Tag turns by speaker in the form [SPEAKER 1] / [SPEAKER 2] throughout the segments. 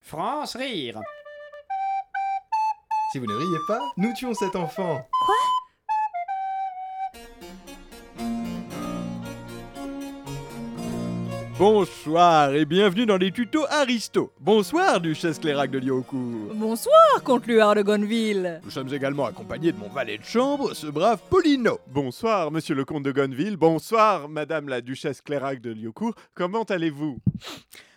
[SPEAKER 1] France rire.
[SPEAKER 2] Si vous ne riez pas, nous tuons cet enfant.
[SPEAKER 3] Bonsoir et bienvenue dans les tutos Aristo. Bonsoir, duchesse Clérac de Lyocourt.
[SPEAKER 4] Bonsoir, comte Luard de Gonneville.
[SPEAKER 3] Nous sommes également accompagnés de mon valet de chambre, ce brave Paulino.
[SPEAKER 5] Bonsoir, monsieur le comte de Gonneville. Bonsoir, madame la duchesse Clérac de Liocourt. Comment allez-vous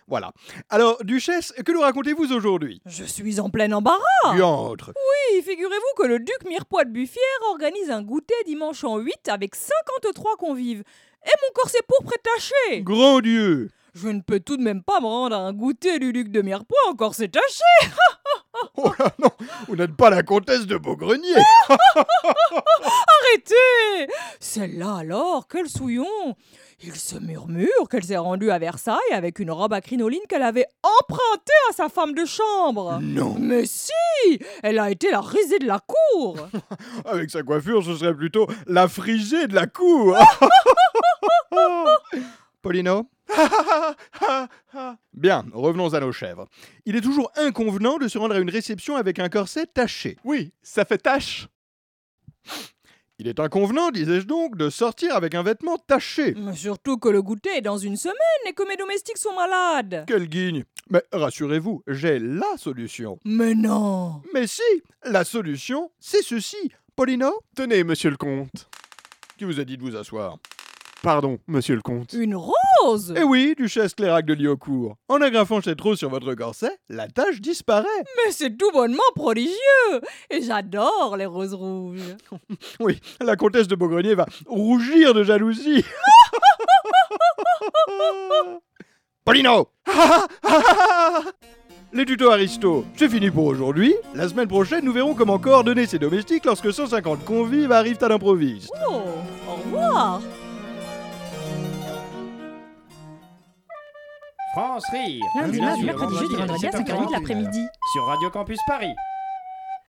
[SPEAKER 3] Voilà. Alors, duchesse, que nous racontez-vous aujourd'hui
[SPEAKER 4] Je suis en plein embarras.
[SPEAKER 3] Diantre.
[SPEAKER 4] Oui, figurez-vous que le duc Mirepoix de Buffière organise un goûter dimanche en 8 avec 53 convives. Et mon corset pourpre est taché.
[SPEAKER 3] Grand Dieu
[SPEAKER 4] Je ne peux tout de même pas me rendre à un goûter du duc de Mirepoix en corset taché.
[SPEAKER 3] Oh là non Vous n'êtes pas la comtesse de Beaugrenier
[SPEAKER 4] Arrêtez Celle-là alors, quel souillon Il se murmure qu'elle s'est rendue à Versailles avec une robe à crinoline qu'elle avait empruntée à sa femme de chambre.
[SPEAKER 3] Non
[SPEAKER 4] Mais si Elle a été la risée de la cour
[SPEAKER 3] Avec sa coiffure, ce serait plutôt la frigée de la cour Paulino Bien, revenons à nos chèvres. Il est toujours inconvenant de se rendre à une réception avec un corset taché.
[SPEAKER 5] Oui, ça fait tâche.
[SPEAKER 3] Il est inconvenant, disais-je donc, de sortir avec un vêtement taché.
[SPEAKER 4] Mais surtout que le goûter est dans une semaine et que mes domestiques sont malades
[SPEAKER 3] Quelle guigne Mais rassurez-vous, j'ai la solution.
[SPEAKER 4] Mais non
[SPEAKER 3] Mais si, la solution, c'est ceci. Paulino
[SPEAKER 5] Tenez, monsieur le comte.
[SPEAKER 3] Qui vous a dit de vous asseoir
[SPEAKER 5] Pardon, monsieur le comte.
[SPEAKER 4] Une rose
[SPEAKER 3] Eh oui, duchesse Clérac de Lyocourt. En agrafant cette rose sur votre corset, la tache disparaît.
[SPEAKER 4] Mais c'est tout bonnement prodigieux Et j'adore les roses rouges
[SPEAKER 3] Oui, la comtesse de Beaugrenier va rougir de jalousie. Paulino Les tutos Aristo, c'est fini pour aujourd'hui. La semaine prochaine, nous verrons comment coordonner ses domestiques lorsque 150 convives arrivent à l'improviste.
[SPEAKER 4] Oh Au revoir
[SPEAKER 1] France rire.
[SPEAKER 2] Lundi, mardi,
[SPEAKER 1] Sur
[SPEAKER 2] mercredi, jeudi, vendredi à
[SPEAKER 1] 7h30,
[SPEAKER 2] 5h30 de l'après-midi.
[SPEAKER 1] Sur Radio Campus Paris.